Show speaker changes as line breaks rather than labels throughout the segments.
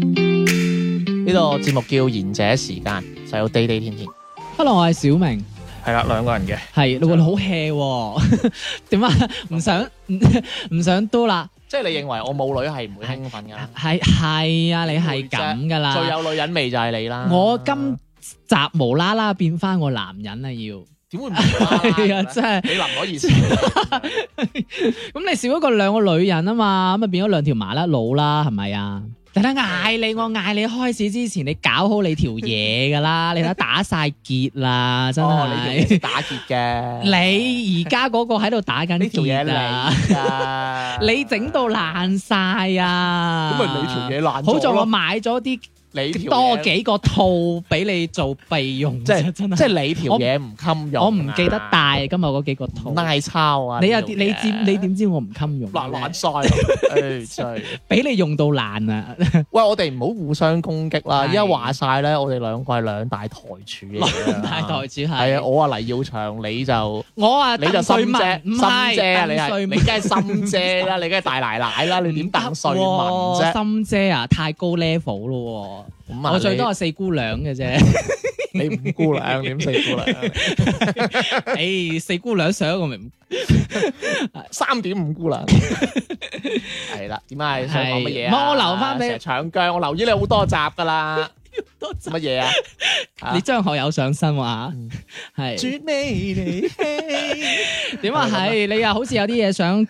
呢個節目叫賢者時間，就有地地天天。
Hello，我係小明，
係啦，兩個人嘅，
係你好 hea 喎， 點啊？唔想唔唔想都啦，
即係你認為我冇女係唔會興 奮㗎啦。
係係啊，你係咁噶
最
啦。
有女人味就係你啦。
我今集無啦啦變翻個男人啦，要
點會唔
係啊，
係
真係
你林可以笑，
咁你少咗個兩個女人啊嘛，咁咪變咗兩條麻甩佬啦，係咪啊？等等嗌你，我嗌你開始之前，你搞好你條嘢噶啦， 你睇打晒結啦， 真
哦，你
係。
仲打劫嘅，
你而家嗰個喺度打緊
呢條嘢
結啊！
你㗎，
你整到爛晒啊！
咁咪你條嘢爛
好在
咗
我
咯，
買咗啲
你條嘢
多幾個套俾你做備用
即
啫，
係
真
即
係。
係你條嘢唔襟用啊，
我唔記得帶今日嗰幾個套。
拉抄啊！
你又
呢
你
條
你
嘢
知你點知我唔襟用？
爛爛 晒咯，唉真係。
俾你用到爛啊！
喂，我哋唔好互相攻擊啦！
係
依家話晒咧，我哋兩個係兩大台柱嚟㗎
大台主
係啊，
係，
我啊黎耀祥，你就
我啊
你就
鄧萃
心
雯
姐，
唔
心
係
姐啊，你係
鄧
你梗
萃雯
係心姐 啦，你梗係大奶奶啦，你點鄧萃
唔
雯
得
啫？
喎心姐啊，太高 level 咯
咁
喎，
啊，
我最
你
多係四姑娘嘅啫。
你五姑 娘點四姑娘？
誒，四姑娘上一個咪唔
三點五 姑娘係啦，點啊？你想講乜嘢
係
啊
唔係我留返俾
成日搶姜，我留意你好多集㗎 啦，
多集
乜嘢啊？啊
你張學友上身話係
絕美你 氣，
點啊？係你又好似有啲 嘢想，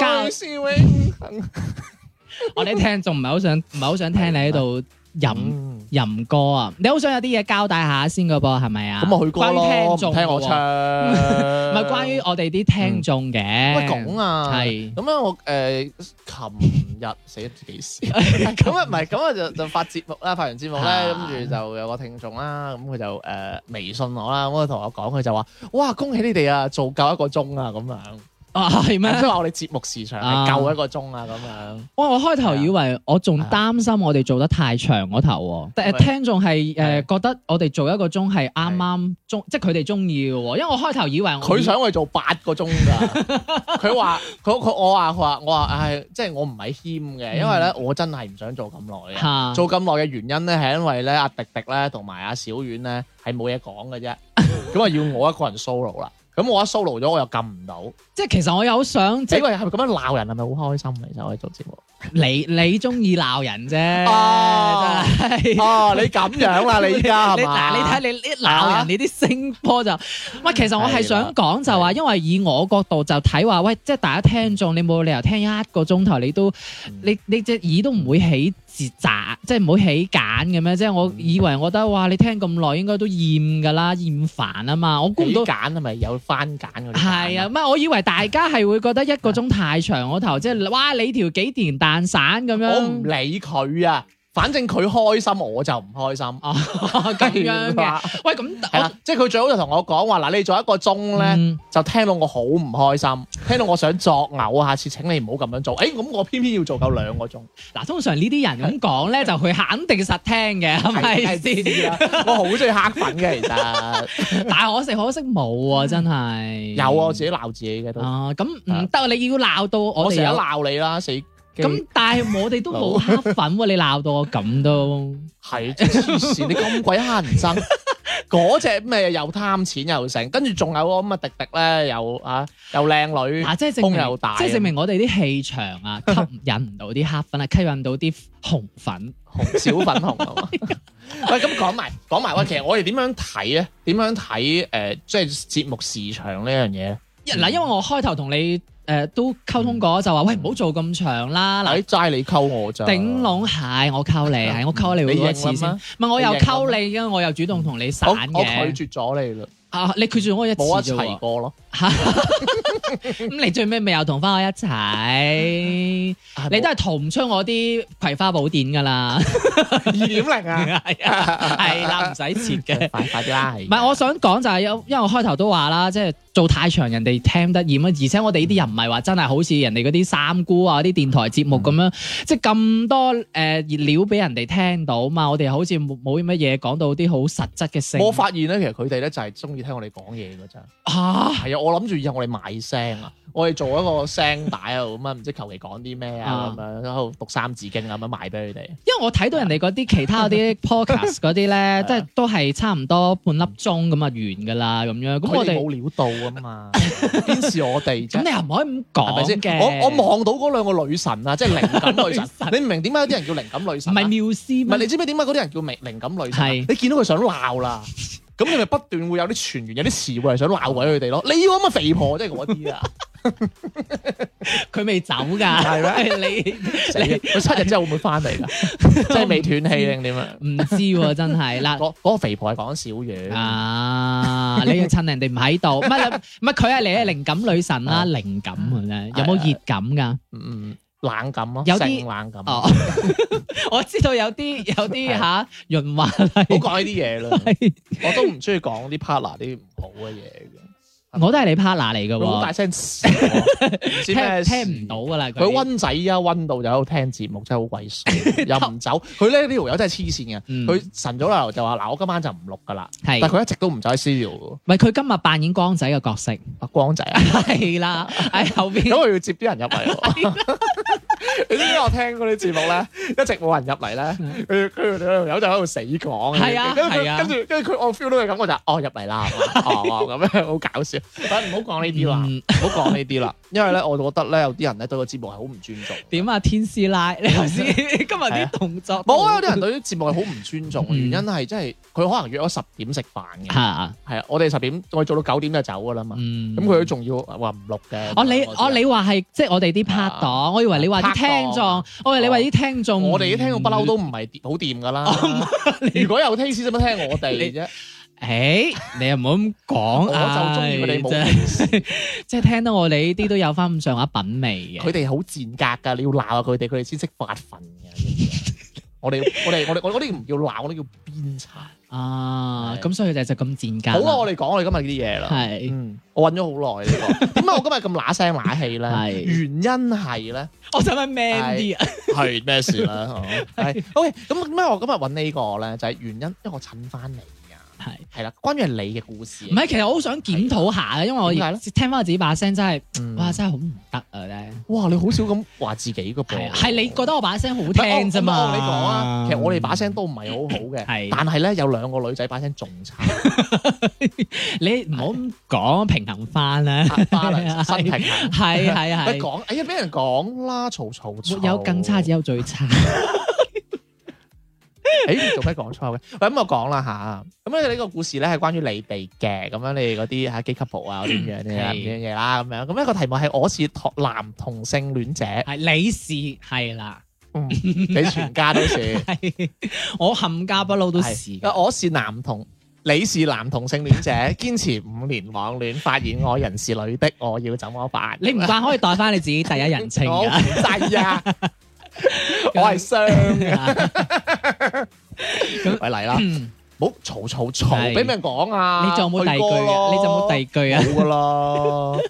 愛 是永恆。
我哋聽眾唔係好想，唔係好想聽你喺度吟
嗯
吟歌啊！你好想有啲嘢交代下先噶噃，係咪啊？
咁啊，去歌
關於
咯，唔
聽眾
聽我
嘅
唱，
喎 唔
唔
係關於我哋啲聽眾嘅。
喂 講啊，
係
咁咧，我誒琴日死咗幾時？ 咁啊，唔係咁啊，就就發節目啦，發完節目咧，
啊
跟住就有個聽眾啦，咁佢就誒微信我啦，咁佢同我講，佢就話：哇，恭喜你哋啊，做夠一個鐘啊，咁樣，
啊，係咩
即？係話我哋節目時長係
啊
夠一個鐘啊，咁樣。
我我開頭
啊
以為我仲擔心我哋做得太長嗰頭喎，
係
誒聽眾係
係
誒覺呃得我哋做一個鐘係啱啱中，即係佢哋中意嘅喎。因為我開頭以為我
佢想我哋做八個鐘㗎， 佢話佢佢我話佢話我話唉，即係我唔係謙嘅，因為咧我真係唔想做咁耐嘅。啊
嚇
做咁耐嘅原因咧，係因為咧阿迪迪咧同埋阿小婉咧係冇嘢講嘅 啫，咁啊要我一個人 solo 啦。咁我一 solo 咗，我又撳唔到。
即係其實我有想，即
因為
係
係咪咁樣鬧人係咪好開心？其實我哋做節 目。
你你中意鬧人啫，
哦
真係。
哦，你咁樣 啦，你依 家
你
係嘛？
嗱，你睇你你鬧
啊
人，你啲聲波就喂，其實我係
係啦
想講就話，因為以我角度就睇話，喂，即係大家聽眾，你冇理由聽一個鐘頭，你都
嗯
你你隻耳都唔會起節雜，即係唔會起揀嘅咩？即係
嗯
我以為我覺得哇，你聽咁耐應該都厭㗎啦，厭煩啊嘛，我估唔
你
到。
揀係咪有翻揀嗰啲揀？
係啊，唔係我以為大家係會覺得一個鐘太長嗰頭，即係哇你條幾電蛋散咁樣。
啊我唔理佢啊，反正佢開心我就唔開心。
哦，咁 樣嘅。
嘅，
喂，咁
啊係啊啦，即係佢最好就同我講話嗱，你做一個鐘
我
咧，
嗯
就聽到我好唔開心，聽到我想作嘔，下次請你唔好咁樣做。誒、咁我偏偏要做夠兩個鐘，
嗱，通常呢啲人咁講咧，就佢肯定實聽嘅，係咪
係
先？嗯
知啦。我好中意黑粉嘅，其實
但係可惜可惜冇啊，真係
有啊，我自己鬧自己嘅都，
啊，咁唔得啊，你要鬧到
我
我
成日
哋有
鬧你啦，死
咁，但係 我哋都冇
啊
黑粉喎，你鬧到我咁都
係黐線，你咁鬼黑人 憎。嗰只咩又貪錢又成，跟住仲有嗰咁嘅迪迪咧，又啊又靚女，
嗱，即啊係證
胸又
明
大，啊
即係證明我哋啲氣場 啊，吸引唔到啲黑粉啊，吸引到啲紅粉。
紅小粉紅 啊嘛。喂，咁講埋講埋，喂，其實我哋點樣睇咧？點樣睇誒、呃即係節目時長呢樣嘢咧？
一嗱，因為我開頭同你誒都溝通過，就話喂唔好做咁長啦，嗱
嗱，。你齋你溝我咋？
頂籠係 我溝你，係我溝你好多次
你認
先。
啦
唔係我又
你認啦
溝你嘅，我又主動同你散
我
嘅。
我拒絕咗你啦，
啊，你拒絕我一次
冇一
啫
齊
喎。
過咯。
咁你最尾咪又同翻我一 齊，你都係逃唔出我啲葵花寶典㗎啦，
二點零 啊！
係啊係啦，唔使切嘅。
快快啲啦，
唔係，我想講就係有，因為我開頭都話啦，即係做太長人哋聽得厭啊，而且我哋呢啲又唔係話真係好似人哋嗰啲三姑啊啲電台節目
嗯
咁樣，即係咁多誒、呃料俾人哋聽到嘛，我哋好似冇冇乜嘢講到啲好實質嘅性。
我發現咧，其實佢哋咧就係中意聽我哋講嘢㗎咋。
啊
係啊，我諗住以後我哋賣聲啊，我哋做一個聲帶啊咁啊，唔知求其講啲咩啊
啊
咁樣，喺度讀三字經啊咁樣賣俾佢哋。
因為我睇到人哋嗰啲其他 嗰啲 podcast 嗰啲咧，
啊
即係都係差唔多半粒鐘咁啊完㗎啦咁樣。咁
咁我
我
哋
哋
冇料到啊嘛，邊是我哋啫
咁你？又唔可以咁
係咪
講
先？
嘅。
我我望到嗰兩個女神啊，即係靈感女
女
神
神。
你唔明點解有啲人叫靈感女
唔
神啊？
係妙思
唔係
咩
你知唔知點解嗰啲人叫靈靈感女神啊？
係
你見到佢想鬧啦，咁你咪不斷會有啲傳言，有啲詞彙係想鬧鬼佢哋咯。你要咁嘅肥婆，即係嗰 啲啊，
佢未走㗎，
係
咩？你
死啦佢七日之後會唔會翻嚟 㗎？即係未斷氣定點啊？
唔知喎，真係啦。
嗰嗰個肥婆係講小魚。
啊！你要趁人哋 唔喺度，唔係唔係佢係你嘅靈感女神啦，靈感啊真係，有冇熱感噶？
嗯，冷感咯，
有啲
性冷感，唔
哦， 我知道有啲有啲吓潤滑
好
係，
講呢啲嘢啦。我都唔中意講啲 partner 啲唔好嘅嘢嘅，
我都係你 partner 嚟
佢好大
嘅
聲笑我，唔知咩事
喎，聽聽唔到。噶啦
佢
佢。
温仔啊，温到就喺度聽節目，真係好鬼衰，又唔走。佢咧呢條友真係黐線嘅，
嗯
佢晨早流就話嗱，我今晚就唔錄噶啦，
係
但係佢一直都唔走喺 studio
唔係佢今日扮演光仔嘅 角色，
阿光仔啊，
係啦，喺後
咁
邊
佢要接啲人入嚟喎。你知唔知我聽嗰啲節目咧，一直冇人入嚟咧，佢佢兩條友就喺度死講。
係啊
跟住
係啊
跟住跟住佢我 feel 到佢感覺就係哦入嚟啦，係嘛哦哦咁樣好搞笑。但唔好講呢啲啦，
嗯
唔好講呢啲啦，因為咧我覺得咧有啲人咧對個節目係好唔尊重。
點啊？天師奶，你頭先 今日啲動 作
冇 啊！有啲人對啲節目係好唔尊重，
嗯
原因係即係佢可能約咗十點食飯嘅，
嚇，
係啊，我哋十點我哋做到九點就走噶啦嘛，
嗯
咁佢仲要話唔錄嘅。
哦，你
我知啊
哦，你話係即係我哋啲拍
啊
檔，我以為你話啲
拍檔哦
聽眾，我以為你話啲聽眾，
我哋啲聽眾不嬲都唔係 好
哦
掂噶啦。如果有 taste 使乜聽我哋啫？
誒，你又唔好咁
我
講，
就中意佢哋冇
唉
taste，
即係聽到我哋呢啲都有翻咁上下品味
佢
嘅。
哋好賤格㗎，你要鬧下佢哋，佢哋先識發憤嘅知唔知啊。我哋我哋我哋我哋唔叫鬧，我哋叫鞭策。
啊
係，
咁所以就就咁賤格啦。
好啊啦，我哋講我哋今日呢啲嘢啦。
係
嗯，我揾咗好耐呢 個。點解我今日咁乸聲乸氣咧？
係
原因係咧。
我想問 man 啲啊，
係咩事啦？
哦
係 OK，咁點解我今日揾呢個咧？就係、原因，因為我襯翻你啊，
係
係啦，關於係你嘅故事。
唔係？其實我好想檢討下嘅，因為我
點解咧
聽翻我自己把聲真係，
嗯，哦
哇，真係好唔得啊！真
哇！你好少咁話自己嘅
係
噃，
係你覺得我把聲好
唔係我
聽啫
我
嘛？
同
嗯
你講啊，其實我哋把聲都唔係好好嘅，
係
但係咧有兩個女仔把聲仲 差，
你唔好咁講，平衡翻啦。
巴黎身平衡。
係係
佢
係，
講，哎呀，俾人講啦，嘈嘈嘈。
沒有更差，只有最 差。
誒做咩講錯嘅？喂，咁我講啦吓，咁咧啊呢個故事咧係關於你哋嘅，咁啊樣你哋嗰啲嚇基 couple 啊嗰啲咁樣嘅啊
係
咁樣嘢啦，咁樣咁一個題目係我是同男同性戀者，
係你是係啦，
嗯你全家都是，
係我冚家不嬲 都是
係
㗎。
我是男同。你是男同性戀者，堅持五年網戀，發現愛人是女的，我要怎麼辦？
你唔
關
慣可以代翻你自己第一人 稱
我
㗎，
唔制啊！我係雙嘅，喂嚟 啦，唔好嘈嘈嘈，
係
俾咩人講啊？
嗯你仲有冇第
去
二句
歌
啊？
咯
你仲有冇第啊二句啊？
冇噶啦，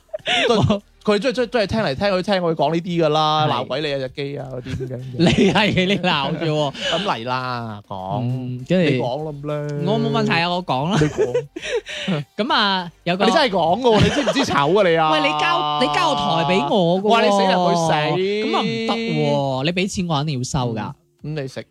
都 佢中意中意中意聽 嚟聽去聽我講呢啲噶啦，
係
鬧鬼你啊只機啊嗰啲咁
你
樣嘅，
係你鬧嘅喎，
咁嚟啦講，你
嗯跟住
講啦咁咧，
我冇問題，啊，我講啦。
你 講，
咁啊，有個
你真係講噶喎，你知唔知醜啊你啊？
喂，你交你交台俾，我嘅喎，
哇你死人佢死
咁啊唔得喎，你俾錢我肯定要收㗎，
咁你食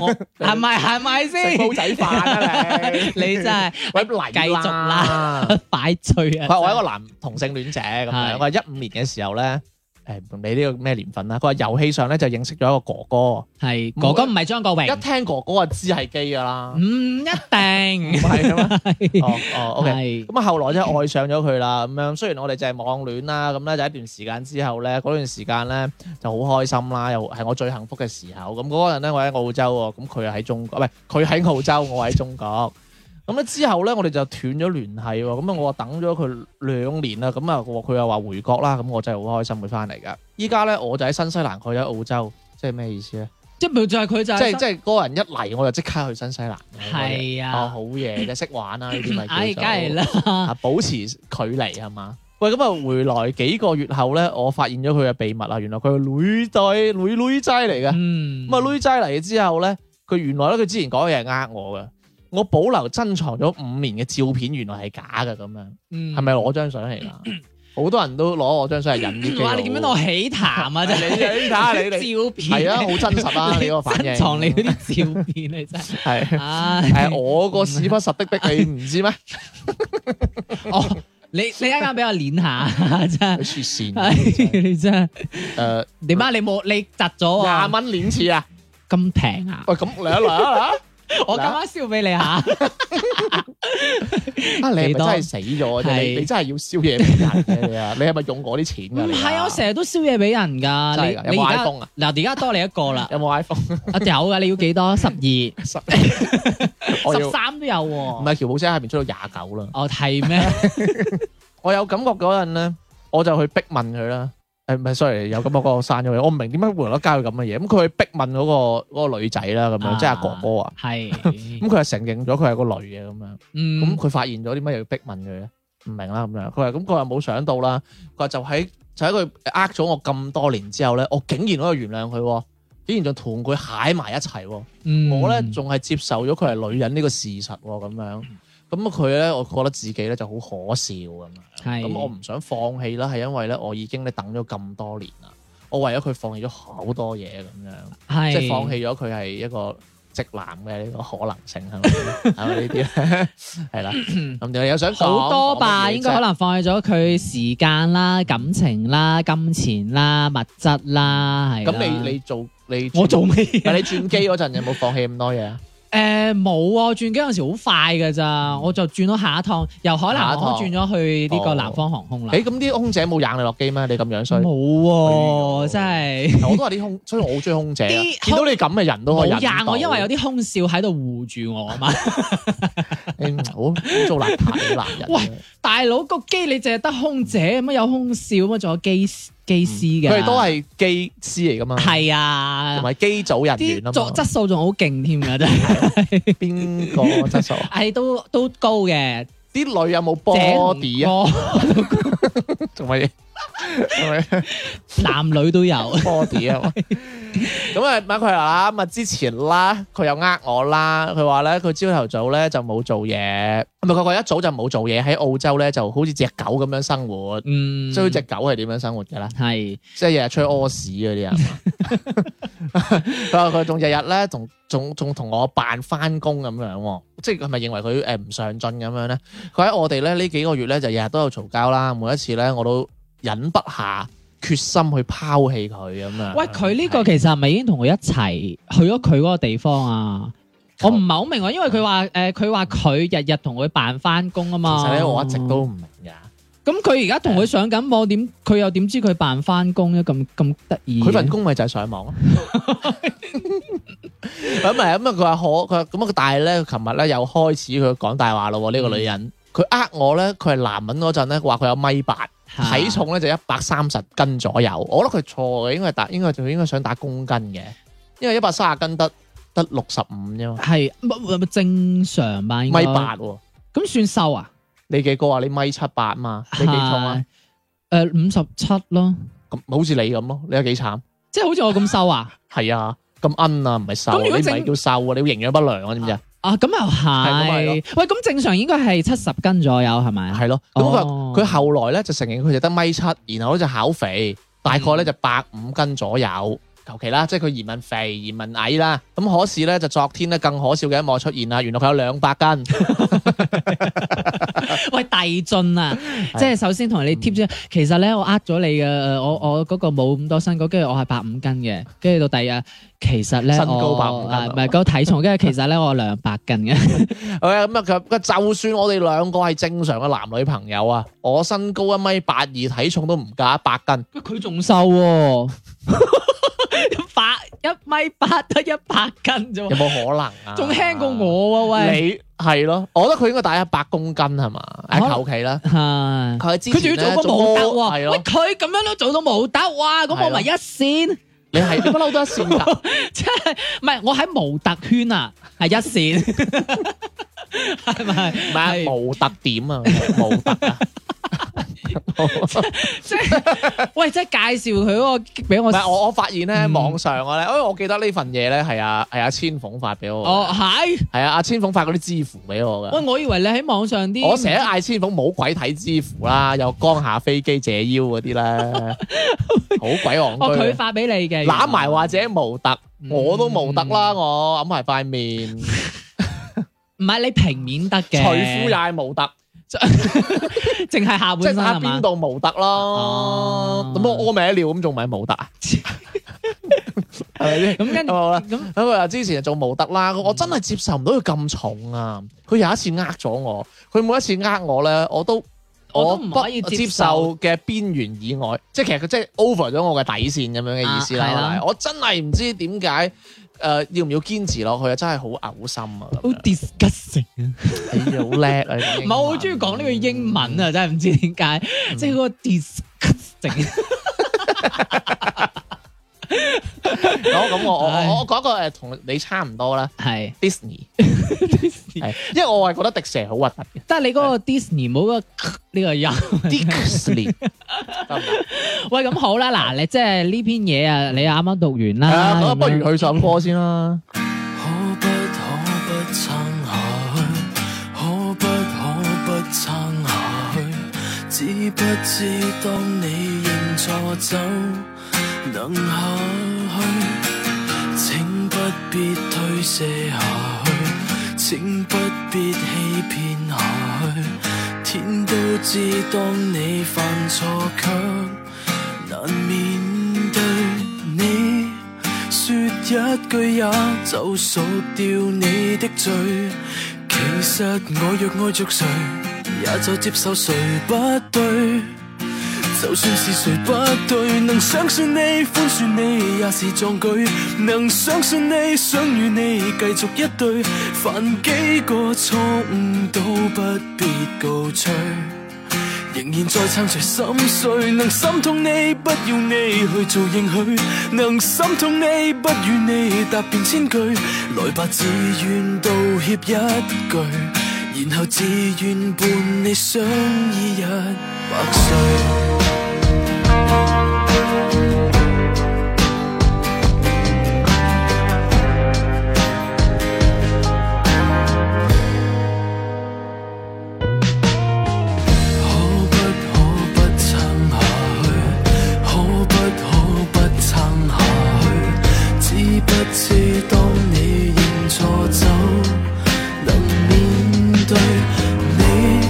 我係咪係咪
嗯食煲
先？
仔飯啊你，
你真係
喂嚟
繼續啦。擺醉啊！
佢 話我係一個男同性戀者咁樣，
係
佢話一五年嘅時候咧。誒，你呢個咩年份啦？佢話遊戲上咧就認識咗一個哥哥，
係哥哥唔係張國
一
榮，
聽哥哥就知係基噶啦
唔，一定
唔。係啊嘛。哦哦，OK。
係
咁啊，後來真係愛上咗佢啦。咁樣雖然我哋就係網戀啦，咁咧就一段時間之後咧，嗰段時間咧就好開心啦，又係我最幸福嘅時候。咁嗰個人咧，我喺澳洲喎，咁佢又喺中國，唔係佢喺澳洲，我喺中國。咁咧之後咧，我哋就斷咗聯繫喎。咁啊，我等咗佢兩年啦。咁啊，我佢又話回國啦。咁我真係好開心佢翻嚟噶。依家咧，我就喺新西蘭，佢喺澳洲，即係咩意思咧？
即係咪就係佢就
即係即係嗰個人一嚟，我就即刻去新西蘭。
係
哦，
啊，
好嘢啫，識玩啊啦呢啲咪叫做
唉，梗係啦，
啊，保持距離係嘛？喂，咁啊，回來幾個月後咧，我發現咗佢嘅秘密啊啦。原來佢係女仔女女仔嚟嘅。
嗯，
咁啊，女仔嚟之後咧，佢原來咧，佢之前講嘅嘢係呃我嘅。我保留珍藏咗五年嘅照片，原來係假嘅咁樣，
嗯
係咪我張相嚟㗎？ 好多人都攞我張相嚟引啲。
哇！你點樣當我起痰啊？真
你
係
哎你睇下你你
照片
係啊，好真實啊！你嗰個反應
珍藏你嗰啲照片 你真係，
係
唉
係，我個屎忽實的的，你唔知咩？
哦，你你一間俾我捻下 真
佢
係
黐
唉
線，
你真係
誒
點啊？你冇你窒咗啊
廿？蚊鏈次啊！
咁平啊？
喂，咁嚟啊嚟啊
我今晚燒俾你吓，
嚟啊！啊，你係咪
幾
真
多
係死咗啫？你
係
你真係要燒嘢俾人嘅你啊！你係咪用我啲錢㗎？
唔
你啊
係啊我成日都燒嘢俾人噶。
真
你
係㗎
你
有冇
而家
iPhone 啊，
嗱，而家多你一個啦
有冇 iPhone？
啊有噶，你要幾多？十二、
十我要
十三都有喎。
哦唔係喬布斯喺入面出到廿九啦。
哦，係咩？
我有感覺嗰陣咧，我就去逼問佢啦。誒唔係，sorry，有感覺嗰個我刪咗佢。我唔明點解無啦啦加佢咁嘅嘢。咁佢去逼問嗰、個嗰個女仔啦，咁樣、即係阿哥哥啊。咁
係，
佢係承認咗佢係個女嘅咁樣。咁
嗯，
佢發現咗點解又要逼問佢咧？唔明啦咁樣。佢話咁佢話冇想到啦。佢話就喺就喺佢呃咗我咁多年之後咧，我竟然可以原諒佢喎，竟然仲同佢喺埋一齊喎。
嗯
我咧仲係接受咗佢係女人呢個事實喎，咁樣。咁佢咧，我覺得自己咧就好可笑咁樣。
係
咁我唔想放棄啦，係因為咧我已經咧等咗咁多年啦，我為咗佢放棄咗好多嘢咁樣，
係
即係放棄咗佢係一個直男嘅呢個可能性 係咪？係咪呢啲 咧？係啦，咁就又想講
好多
講乜
吧，
嘢啫
應該可能放棄咗佢時間啦、感情啦、金錢啦、物質啦，係啦。
咁你你做你
我做
唔
咩
係
嘢？
你轉機嗰陣有冇放棄咁多嘢啊？
誒冇啊！轉機嗰陣時好快㗎咋，我就轉咗下一趟，由海南航空
下一
轉
趟
咗去呢
哦
個南方航空啦。
誒咁啲空姐冇硬你落機咩？你咁樣衰，
冇
哎呦
喎，真係
我都話啲空，所以我好中意空姐啊
啲，
見到你咁嘅人都可以
冇
忍
硬
到
我，因為有啲空少喺度護住我啊嘛。
嗯好好做邋遢嘅男人。
喂大佬個機你淨係得空姐，啊乜有空少，乜仲有機機師嘅？
嗯佢哋都係機師嚟噶嘛，
係
同
啊，
埋機組人員啊
啲
嘛
作，質素仲好勁添㗎，真係。
邊個質 素？
係都都高嘅
啲女有冇
井唔
body 啊？
多
同埋同埋
男女都有。
body 啊？咁啊，問佢啦，咁啊之前啦，佢又呃我啦，佢話咧佢朝頭早咧就冇做嘢，唔係佢話一早就冇做嘢，喺澳洲咧就好似只狗咁樣生活。
嗯，
所以只狗係點樣生活嘅咧？
係
即係日日出去屙屎嗰啲啊嘛！ 佢話佢仲日日咧，仲仲仲同我扮翻工咁樣喎，即係佢係咪認為佢誒唔上進咁樣咧？佢喺我哋咧呢幾個月咧就日日都有嘈交啦，每一次咧我都忍不下決心去拋棄佢咁樣。
喂，佢呢個其實係咪已經同佢一齊去咗佢嗰個地方啊？我唔係好明啊，因為佢話誒，佢話佢日日同佢扮翻工
嗯
啊
其
嘛。
實咧，我一直都唔明㗎。
咁，佢而家同佢上緊網，點佢又點知佢扮翻工咧？咁咁得意嘅。
佢份工咪就係上網咯。 咁咪咁啊！佢話可佢咁啊，但係咧，佢琴日咧又開始佢講大話咯喎。呢、個女人佢呃我咧，佢係男人嗰陣咧話佢有米八，
嚇
體重咧就一百三十斤左右。我覺得佢錯嘅，應該係打應該就應該想打公斤嘅，因為一百三十斤得得六十五啫嘛，
係唔唔正常吧？
米
應該
八喎。
咁算瘦啊？
你幾高啊？你米七八嘛？你幾重啊？
係？誒，五十七咯，
咁好似你咁咯，你有幾慘？
即係好似我咁瘦啊？
係啊，咁奀啊，唔係瘦啊，
咁
你
如
唔
果整
係叫瘦啊，你營養不良啊，知唔知啊？
啊，咁又
係咁咪係
係，喂，咁正常應該係七十斤左右係咪？
係咯，咁佢
哦
佢後來咧就承認佢就得米七，然後咧就考肥，大概咧就百五斤左右。求其啦，即係佢移民肥、移民矮啦。咁可是咧，就昨天咧更可笑嘅一幕出現啦。原來佢有兩百斤，
喂，遞 進啊！即係首先同你貼
嗯
咗，其實咧我呃咗你嘅，呃我我嗰個冇咁多身高，跟住我係百五斤嘅，跟住到第二日，其實咧
身高
我
150斤啊
啊唔係嗰個體重，跟住其實 咧我兩百斤嘅，
係咪咁啊？佢佢就算我哋兩個係正常嘅男女朋友啊，我身高一米 八二，體重都唔夠一百斤。
佢仲瘦喎，百一米八得一百斤啫
有
喎，
冇可能啊？
仲輕過。我啊喂，
你係咯，我覺得佢應該打一百公斤係嘛？誒
啊
求其啦，
係
佢之
啊佢
前
仲
咧
要做個模特
係
喎，喂
咯，
佢咁樣都做到模特，哇！咁我咪一線，
你係你不嬲都一線㗎，
即係唔係我喺模特圈啊，係一線，係咪？
唔係
係
冇特點啊，冇特啊。
即係喂，即係介紹佢嗰個俾
唔
我。
係我我發現咧
嗯
網上嘅咧，因為我記得呢份嘢咧係阿係阿千鳳發俾我嘅，
哦，係，
係啊阿千鳳發嗰啲支付俾我
喂，
嘅。
我以為你喺網上啲，
我成日嗌千鳳冇鬼睇支付啦，又江下飛機借腰嗰啲咧，好鬼
哦，
戇
佢
居。
發俾你嘅，
攬埋或者模特，
嗯
我都模特啦，我揞埋塊面，
唔係你平面得嘅，
除褲又係模特，
淨係下半
即係
身
睇下
係
邊
嘛？
度模特咯
哦。
咁我屙歪尿咁仲咪模特啊？係咪先？
咁跟
咁好啦。
咁
咁佢話啊之前就做模特啦，
嗯
我真係接受唔到佢咁重啊！佢有一次呃咗我，佢每一次呃我咧，我都
我都唔可以
不
接
接
受
受嘅邊緣以外，即係其實佢即係 over 咗我嘅底線咁樣嘅意思啦。
啊係
可
啦
能係我真係唔知點解誒要唔要堅持落去啊！真係好嘔心啊！
好 disgusting 啊！
你好叻啊！
唔
唔
係我好中意講呢個英文啊，真係唔知點解，
嗯
即係嗰個 disgusting。
好咁我我
唉
我我講一個誒同你差唔多啦
係，
，Disney 係，因為我係覺得迪士尼好核突嘅
但係你嗰個 Disney 冇嗰個呢個音。
，Disney 得唔得？
喂，咁好啦，嗱，你即係呢篇嘢啊，你啱啱讀完啦，
啊，咁不
咁樣
如去首歌先啦。
可不可不撐下去？可不可不撐下去？知不知當你認錯就能下去？請不必推卸下去，請不必欺騙下去。天都知當你犯錯卻難面對你。說一句也就贖掉你的罪。其實我若愛着誰，也就接受誰不對。就算是誰不對，能相信你、寬恕你也是壯舉。能相信你，想與你繼續一對，犯幾個錯誤都不必告吹。仍然在撐住心碎，能心痛你，不要你去做應許，能心痛你，不與你答辯千句，來吧，自願道歉一句，然後自願伴你相依一百歲。可不可不撐下去？可不可不撐下去？知不知當你認錯就能面對？你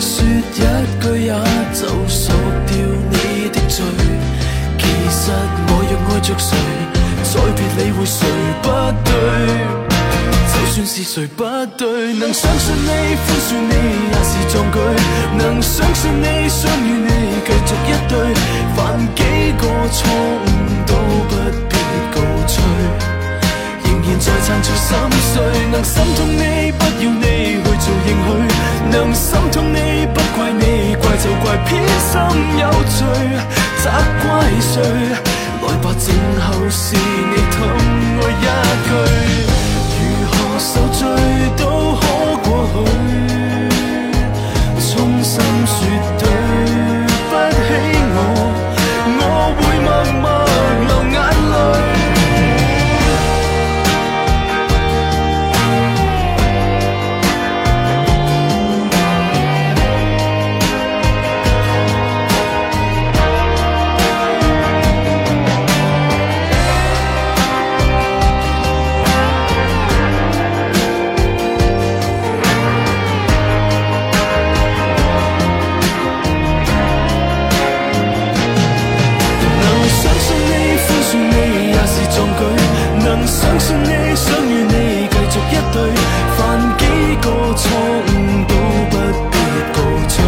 說一句也就贖掉你的罪。其實我若愛着誰，再別理會誰不對。就算是誰不對，能相信你，寬恕你也是壯舉。能相信你，想與你繼續一對，犯幾個錯誤都不必告吹。仍然在撐住心碎，能心痛你，不要你去做應許，能心痛你，不怪你，怪就怪偏心有罪，責怪誰？來吧，靜候是你氹我一句。如何受罪都可過去，衷心說對不起我，我會默默流眼淚。能相信你，寬恕你也是壯舉。能相信你，想與你繼續一對，犯幾個錯誤都不必告吹。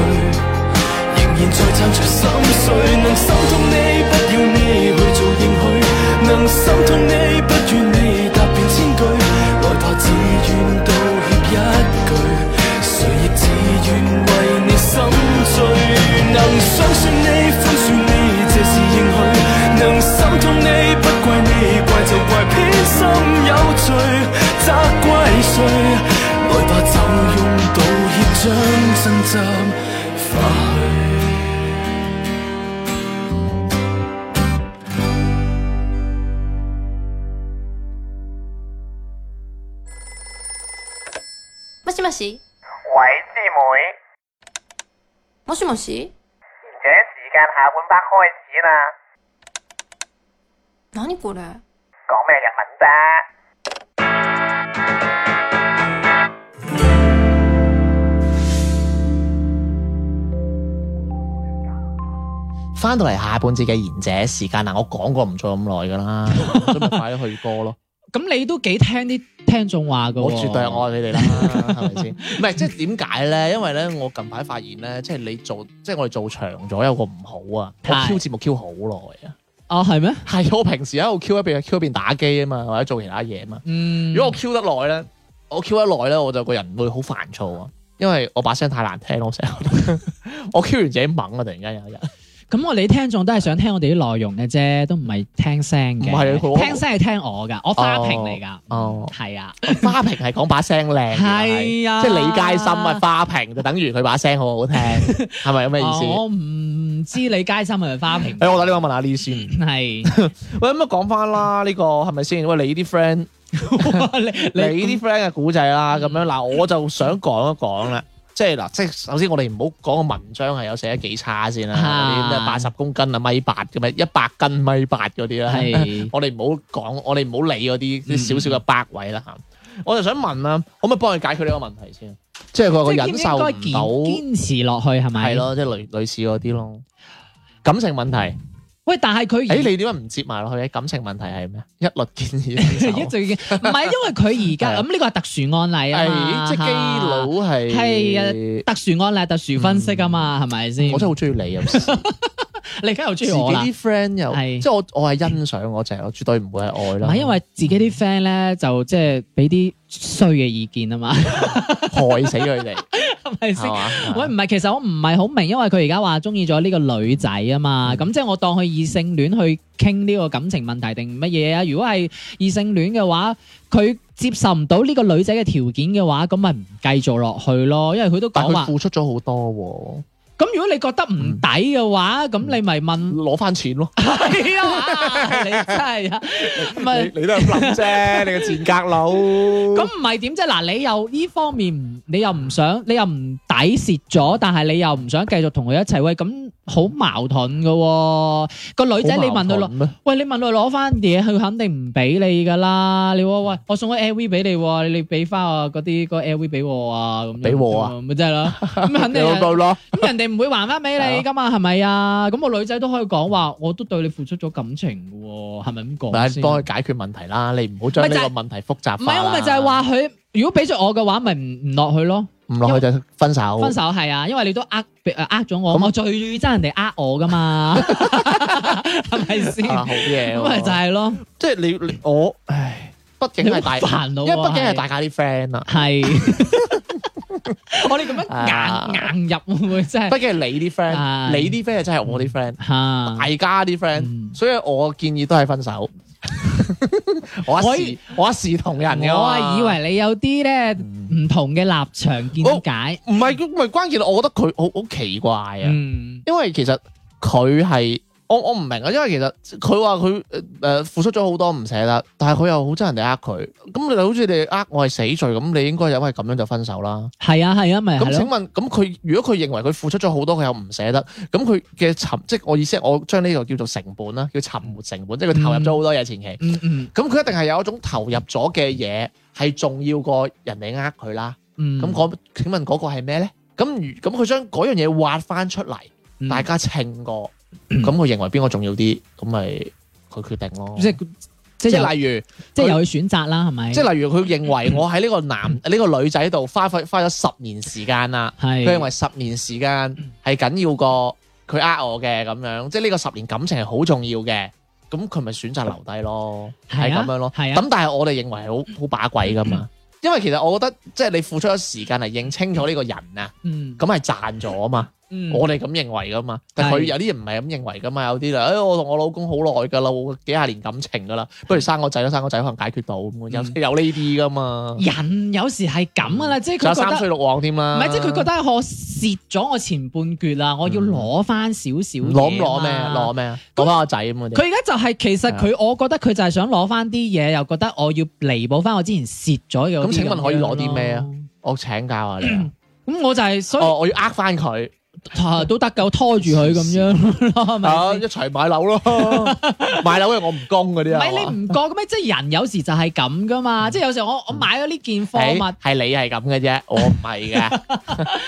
仍然在撐住心碎，能心痛你，不要你去做應許。能心痛你，針化去。
もしもし
喂，師妹，
もしもし
而且時間下半 part 開始啦，
何これ
講咩日文啫？
翻到嚟下半節嘅賢者時間啊嗱，我講過唔做咁耐噶啦， 咁咪快啲去歌咯。
咁你都幾聽啲聽眾話 噶？
我絕對係愛你哋啦，係咪先？唔係即係點解咧？因為咧，我近排發現咧，即係你做，即係我哋做長咗有個唔好啊，我
係
Q 節目 Q 好耐啊。
哦，係咩？
係我平時喺度 Q 一邊 Q 一邊打機啊嘛，或者做其他嘢啊嘛。
嗯，
如果我 Q 得耐咧，我 Q 得耐咧，我就個人會好煩躁啊，因為我把聲太難聽咯，我成日覺得 我 Q 完自己猛啊，突然間有一日。
咁我哋啲聽眾都係想聽我哋啲內容嘅啫，都唔係聽聲嘅。
唔係啊佢
聽聲係聽我㗎，我花瓶嚟㗎。
哦
係啊，
花瓶係講把聲靚，
係啊
即係李佳芯啊，花瓶就等於佢把聲好 好聽，係咪咁嘅意思？
哦我唔知李佳芯係咪花瓶。
誒，我打電話問下 Lee 先。
係
喂，咁啊講翻啦，呢個係咪先？喂，你啲 friend，
哇 你
你嗯
你
啲 friend 嘅古仔啦，咁樣嗱，我就想講一講啦。即係嗱，即係首先我哋唔好講個文章係有寫得幾差先啦，
啊
啲咩八十公斤啊米八嘅咩，一百斤米八嗰啲啦。
係
我哋唔好講，我哋唔好理嗰啲
嗯
啲少少嘅百位啦嚇。我就想問啦，可唔可以幫佢解決呢個問題先？即係佢個
即係
忍受
應該堅
唔
堅持落去係
到，
咪？
係。咯，即係類類似嗰啲咯。感情問題，
喂，但係佢
誒
而
你點解唔接埋落去嘅？感情問題係咩？一律建議 分手
一直已經唔係因為佢而
係啊
家咁呢個係特殊案例啊嘛
係即係基佬係
係特殊案例、特殊分析啊嘛，係咪先？
嗯我真係好中意你啊！
你而家又
自
中意
己
我啦。
啲 friend 又
係
即係我我係欣賞我就係我絕對唔會係愛
唔
啦。
係因為自己
嗯
啲 friend 咧，就即係俾啲衰嘅意見啊嘛，
害死佢哋，
係咪
係
先？
嘛？
喂，唔係，其實我唔係好明，因為佢而家話中意咗呢個女仔啊
嗯
嘛，咁、即係我當佢異性戀去傾呢個感情問題定乜嘢啊？如果係異性戀嘅話，佢接受唔到呢個女仔嘅條件嘅話，咁咪唔繼續落去咯，因為佢都
但
講
係佢嗯
話，
付出咗好多
咁如果你覺得唔抵嘅話，咁、你咪問
喎，攞翻錢咯。
係啊，你真係啊，唔係。
你都係諗啫，你個賤格佬。
咁
咁
唔係點啫？嗱，你又呢方面唔，你又唔想，你又唔抵蝕咗，但係你又唔想繼續同佢一齊，喂，咁好矛盾噶、喎。個女仔你問佢攞，
咩？
喂，你問佢攞翻嘢，佢肯定唔俾你噶啦。你話
嗯
喂，我送個 LV 俾你喎，你俾翻我嗰啲個 LV 俾我啊，咁樣
俾我啊，
咪真係咯。咁肯
你
定
老
係
豆咯，
咁人哋唔會還翻俾你噶嘛，係咪啊？咁個女仔都可以講話，我都對你付出咗感情嘅喎，係咪咁
咪
講先？
幫佢解決問題啦。你唔好將呢個問題複雜
唔
化啦
係，我咪就係話佢，如果俾咗我嘅話，咪唔唔落去咯。
唔落去就分手。
分手係啊，因為你都呃俾呃咗我，
咁
我最憎人哋呃我噶 嘛，係咪先？
啊，
咁
好嘢喎。
咪就係咯，
即係你你我，唉，畢竟
你好
係大，
煩惱啊
因
喎，
為畢竟係
係
大家啲 friend 啊啦。
係。我哋咁
啊
樣硬硬入會唔會真係
畢竟係你啲 friend，
係
你啲 friend 真係我啲 friend，
嚇？
大家啲 friend，
嗯
所以我建議都係分手。 我一視我一視同仁嘅，
我啊以為你有啲咧唔同嘅立場見解，
唔係唔係關鍵，我覺得佢好好奇怪啊，
嗯
因為其實佢係。我我唔明啊，因為其實佢話佢誒付出咗好多唔捨得，但係佢又好憎人哋呃佢，咁你就好似你呃我係死罪咁，你應該因為咁樣就分手啦。
係啊係啊，咪
咁
係
請
咯，
問，咁佢如果佢認為佢付出咗好多，佢又唔捨得，咁佢嘅沉，即係我意思係，我將呢個叫做成本啦，叫沉沒成本，即係佢投入咗好多嘢前期，咁
嗯嗯
佢一定係有一種投入咗嘅嘢係重要過人哋呃佢啦。
嗯，
咁嗰、請問嗰個係咩咧？咁如咁佢將嗰樣嘢挖翻出嚟，
嗯
大家稱過，咁佢認為邊個重要啲，咁咪佢決定咯。
即係
即
即係
係例如。
即係嗯有去選擇啦，係咪？
即係例如佢認為我喺呢個男呢個女仔度花費花咗十年時間啦，
係嗯
佢認為十年時間係緊要過佢呃我嘅咁樣，即係呢個十年感情係好重要嘅，咁佢咪選擇留低咯，係
係
咁、
啊
樣咯。
係啊嗯
咁但係我哋認為係好好把鬼噶嘛，因為其實我覺得即係你付出咗時間嚟認清楚呢個人啊，
嗯
咁係賺咗啊嘛，
嗯
我哋咁認為噶嘛，但係佢
係
有啲人唔係咁認為噶嘛，有啲啦，誒我同我老公好耐噶啦，我幾廿年感情噶啦，不如生個仔啦，生個仔可能解決到咁樣，有
嗯
有呢啲噶嘛，
人有時係咁噶啦，即係
仲有
佢
嗯三
覺
衰
得。
六旺添
唔
啦，
係，即係佢覺得我蝕咗我前半橛啦，我要
嗯
攞翻少少嘢
攞唔攞咩
嘛
攞啊咩啊，攞翻個仔咁
佢
嘅，
而家就係其實佢，我覺得佢就係想攞翻啲嘢，又覺得我要彌補翻我之前蝕咗嘅嗰啲樣咯。
咁請問可以攞啲咩啊我請教下你啊，
咁我就係所以
哦我要呃翻佢，
啊都得㗎，我拖住佢咁樣咯，係
啊
咪
一
先？
齊買 樓咯，買樓因為我唔供嗰
唔
啲啊，
係你唔覺嘅咩？即係人有時就係咁噶嘛，
嗯
即係有時我我買咗呢件貨物，
係你係咁嘅啫，我唔 係嘅，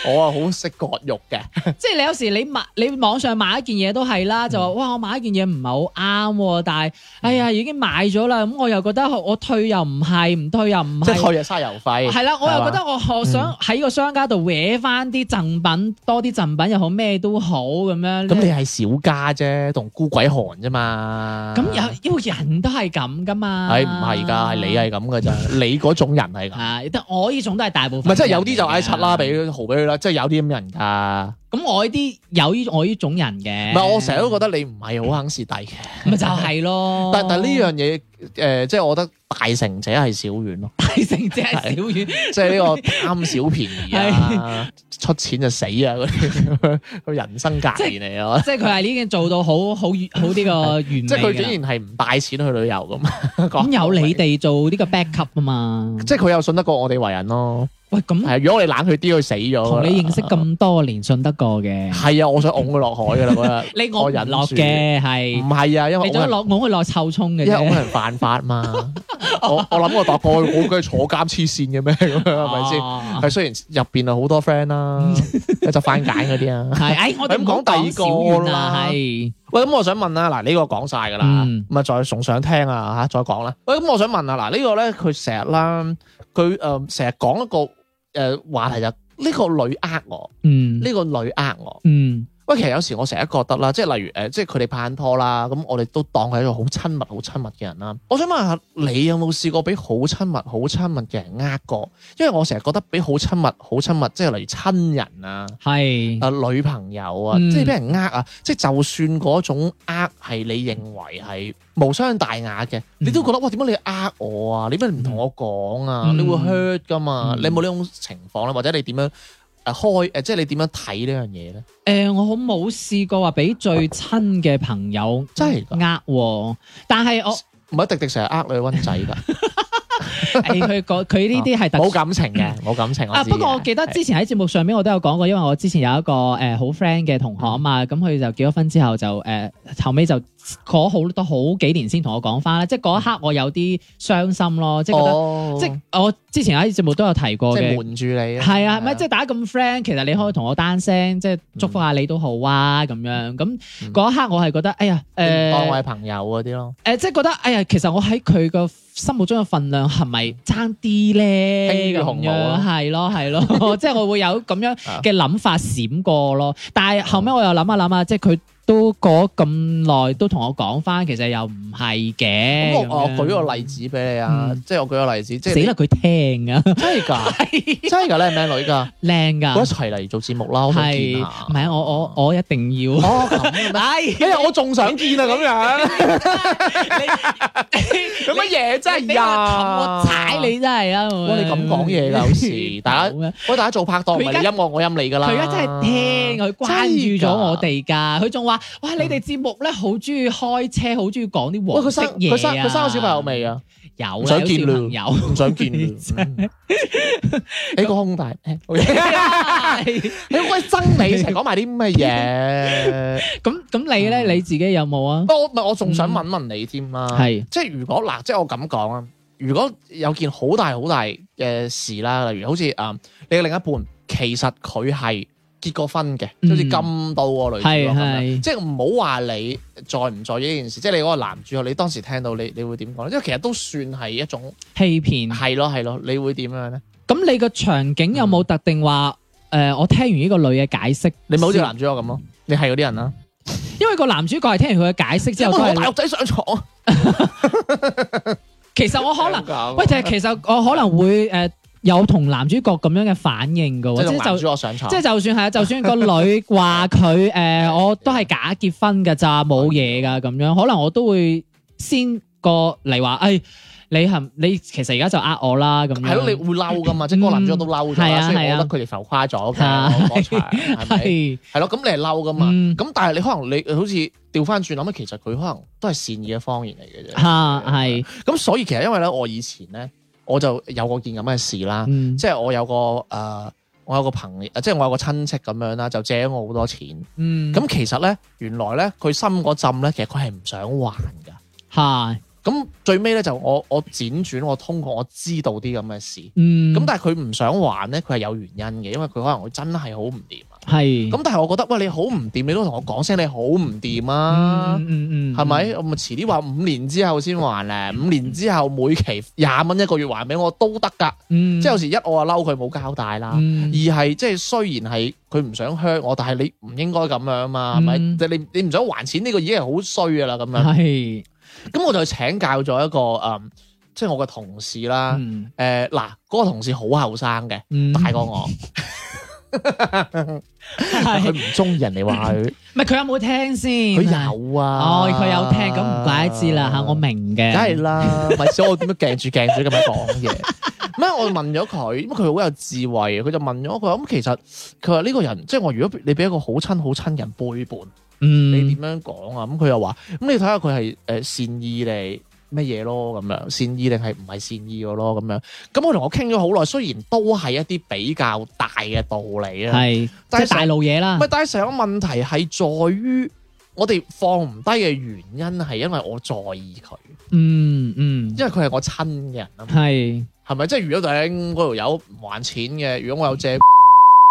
我啊好識割肉嘅，
即係你有時你買你網上買一件嘢都係
嗯
啦，就話哇我買一件嘢唔係好啱喎，但係哎呀
嗯
已經買咗啦，咁我又覺得我退又唔係，唔退又唔
即
係
係。退就嘥郵費。
係啦，我
係嘛嗯
又覺得我我想喺個商家度搲翻啲贈品，多啲贈品又好，咩都好咁樣。
咁你係小家啫，同孤鬼寒啫嘛。
咁有啊因為人都係咁噶嘛？
唉，唔係㗎，係你係啊咁㗎咋，你嗰種人係咁。
係，但我呢種都係大部
唔
分。
係，即係有啲就嗌柒 啦，。俾豪俾佢啦，即係有啲咁人㗎。
咁我呢啲有呢我呢種人
唔
嘅。
係，我成日都覺得你唔係好肯蝕底嘅。
咪就係咯。
但但呢樣嘢誒，即係我覺得大成者係小怨 咯，
大成者係小遠，
即係呢個貪小便宜啊，出錢就死啊嗰啲， 佢人生格言嚟啊！我覺得
即係佢係已經做到好好好呢個完美㗎
即係
啦。
佢竟然係唔帶錢去旅遊咁。
咁有你，哋做呢個 backup 啊嘛。
即係佢又信得過我哋為人咯。
喂，咁
係，如果我哋冷血啲，佢死咗。
嗯同你認識。咁多年，信得過嘅。
係啊，我想㧬佢落海㗎啦嗰日。
你我唔
忍
落
住
嘅係
唔。係啊，因為
你想
㧬人
落我去落臭葱嘅
因為㧬
啫，
人犯法嘛。 我我諗我答過佢，我梗係坐監黐線嘅咩咁樣係咪先？
哦
係雖然入邊啊好多 friend 啦， 就番簡嗰啲啊。
係，哎，我哋唔好
咁講
講
第
小
二個
遠
啦
啦，係，
喂，咁我想問啦，嗱呢個講晒㗎啦，
嗯
咁啊再送上聽啊嚇，再講啦。喂，咁我想問啊，嗱呢個咧佢成日啦，佢誒成日講一個誒話題就呢個女呃我，
嗯，
呢個女呃我。
嗯，
喂，其實有時我成日覺得啦，即係例如誒、呃即係佢哋拍緊拖啦，咁我哋都當佢係一個好親密、好親密嘅人啦。我想問下，你有冇試過俾好親密、好親密嘅人呃過？因為我成日覺得俾好親密、好親密，即係例如親人啊、
係，
啊女朋友啊，
嗯
即係俾人呃啊，即係就算嗰種呃係你認為係無傷大雅
嗯
嘅，你都覺得哇點解你呃我啊？你點解唔同我講啊？
嗯
你會 hurt 噶嘛？
嗯
你有冇呢種情況咧？或者你點樣誒開呃誒？即係你點樣睇呢樣嘢咧？
誒，我好冇試過話俾最親嘅朋友
真係㗎
呃喎，但係我，
唔 係迪迪成日呃女温仔㗎。
誒，佢講佢 呢啲係特
冇
殊。
感情嘅，冇感情。
啊！
知
不過
嘅
我記得
係
之前喺節目上面我都有講過，因為我之前有一個誒好 friend 嘅同學啊
嗯
嘛，咁佢就結咗婚之後就誒後尾就過咗好多好幾年先同我講翻啦，即係嗰一刻我有啲傷心咯，即係覺得
哦
即係我之前喺節目都有提過
即係
嘅。
瞞住你啊。
係啊，唔係即係大家咁 friend，其實你可以同我單聲，即係祝福下你都好啊咁樣。咁嗰一刻我係覺得，哎呀，
嗯你唔當啊我係
誒
朋友嗰啲咯，
誒，即係覺得，哎呀，其實我喺佢個心目中嘅份量係咪爭
輕
啲
於
咧？
鴻
咁
毛啊
樣 係咯係咯， 即係我會有咁樣嘅諗法閃過咯。但係
哦
後尾我又諗下諗下，即係佢都過咗咁耐，都同我講翻，其實又唔係嘅。
咁我我
咁樣
舉個例子俾你啊，
嗯
即係我舉個例子，即係
死啦，佢聽啊，
真係 㗎，真係㗎，你係咩女㗎？
靚㗎
我一，齊嚟做節目啦，我 想見
係
下。
唔係啊我我我一定要。
哦咁嘅咩？
哎
哎呀，我仲想見啊咁樣，
你
有乜嘢真係呀？
我踩你真係啊！
哇！
我
你咁講嘢㗎，有 時大家喂大家做拍檔，唔係
佢而
你
家
音樂我音你㗎啦。
佢而家真係聽，佢關注咗我哋㗎。佢仲話：哇！你哋節目咧好中意開車，好中意講啲
喂，
黃
佢
色
生
嘢
佢生佢生咗小朋友未？啊？
有啊，
唔想見
有
啦
小朋友。
唔想見啦。嗯你個胸大，好嘢你可以憎你成日講埋啲咁嘅嘢。
咁咁你咧你自己有冇啊
不？過我咪我仲想問問你添啦，
係
即係如果嗱，即係我咁講啊，如果有件好大好大嘅事啦，例如好似誒、嗯你嘅另一半其實佢係結過婚嘅，
嗯
好似金到個女主角咁樣，
係係
即係唔好話你在唔在意呢件事，即係你嗰個男主角，你當時聽到你你會點講咧？因為其實都算係一種
欺騙。
係咯係咯，你會點樣咧？
咁你個場景有冇特定話？誒，我聽完呢個女嘅解釋，
你咪好似個
先
男主角咁咯，你係嗰啲人啦，
因為個男主角係聽完佢嘅解釋之後都
我
係
大陸 仔上床啊，
其實我可能
能
喂，但係其實我可能會誒、呃有同男主角咁樣嘅反應嘅喎，
即
即
係
係
男主
就。
角上床
即。係就算係，就算個女話佢誒，我都係假結婚㗎咋，冇嘢㗎咁樣，可能我都會先個嚟話，誒、哎，你係你其實而家就呃我啦咁樣。
係咯，你會嬲噶嘛？即係嗰個男主角都嬲咗
嗯係
啦，所
啊
以我覺
係
得
啊
佢哋浮誇咗
啊
嘅嗰場，係咪？
係
係咯，咁你係嬲噶嘛？
嗯
咁但係你可能你好似調翻轉諗，其實佢可能都係善意嘅方言嚟嘅啫。
嚇係，
咁所以其實因為咧，我以前咧我就有過件咁嘅事啦，
嗯
即係我有個誒、呃我有個朋友，即係我有個親戚咁樣啦，就借咗我好多錢。
嗯
咁其實咧，原來咧佢心嗰陣咧，其實佢係唔想還㗎。
嚇
咁最尾咧就我我輾轉，我通過我知道啲咁嘅事。
嗯
咁、但係佢唔想還咧，佢係有原因嘅，因為佢可能佢真係好唔掂啊。
係
咁但係我覺得，喂，你好唔掂，你都同我講聲你好唔掂啊。
嗯嗯嗯
係咪？我咪遲啲話五年之後先還咧，五年之後每期廿蚊一個月還俾我都得㗎。
嗯
即係有時一啊我啊嬲佢冇交代啦，
嗯
二係即係雖然係佢唔想 hurt 我，但係你唔應該咁樣嘛，係咪？
嗯
即係你你唔想還錢呢個已經係好衰㗎啦咁樣。
係
咁我就請教咗一個誒、嗯即係我嘅同事啦。
嗯
誒嗱，嗰個同事好後生嘅，
嗯
啊大過 我，但佢
係
唔中意人哋話 佢，
唔係佢有冇聽先？
佢有啊，嗯
哦，佢有聽，咁唔怪之啦嚇，我明嘅。
梗係啦，咪所以我點樣鏡住鏡住咁樣講嘢？ 咩？我問咗佢，咁佢好有智慧，佢就問咗佢咁其實佢話呢個人，即係我如果你俾一個好親好親人背叛，你
嗯
點樣講啊？咁佢又話，咁你睇下佢係誒善意定乜嘢咯？咁樣善意定係唔係善意嘅咯？咁樣咁我同我傾咗好耐，雖然都係一啲比較大嘅道理啊，
係即
但
係大路嘢啦
唔係，。但係成個問題係在於我哋放唔低嘅原因係因為我在意佢。
嗯嗯，
因為佢係我親嘅人啊嘛，
係
係咪？即係如果頂嗰條友唔還錢嘅，如果我有 借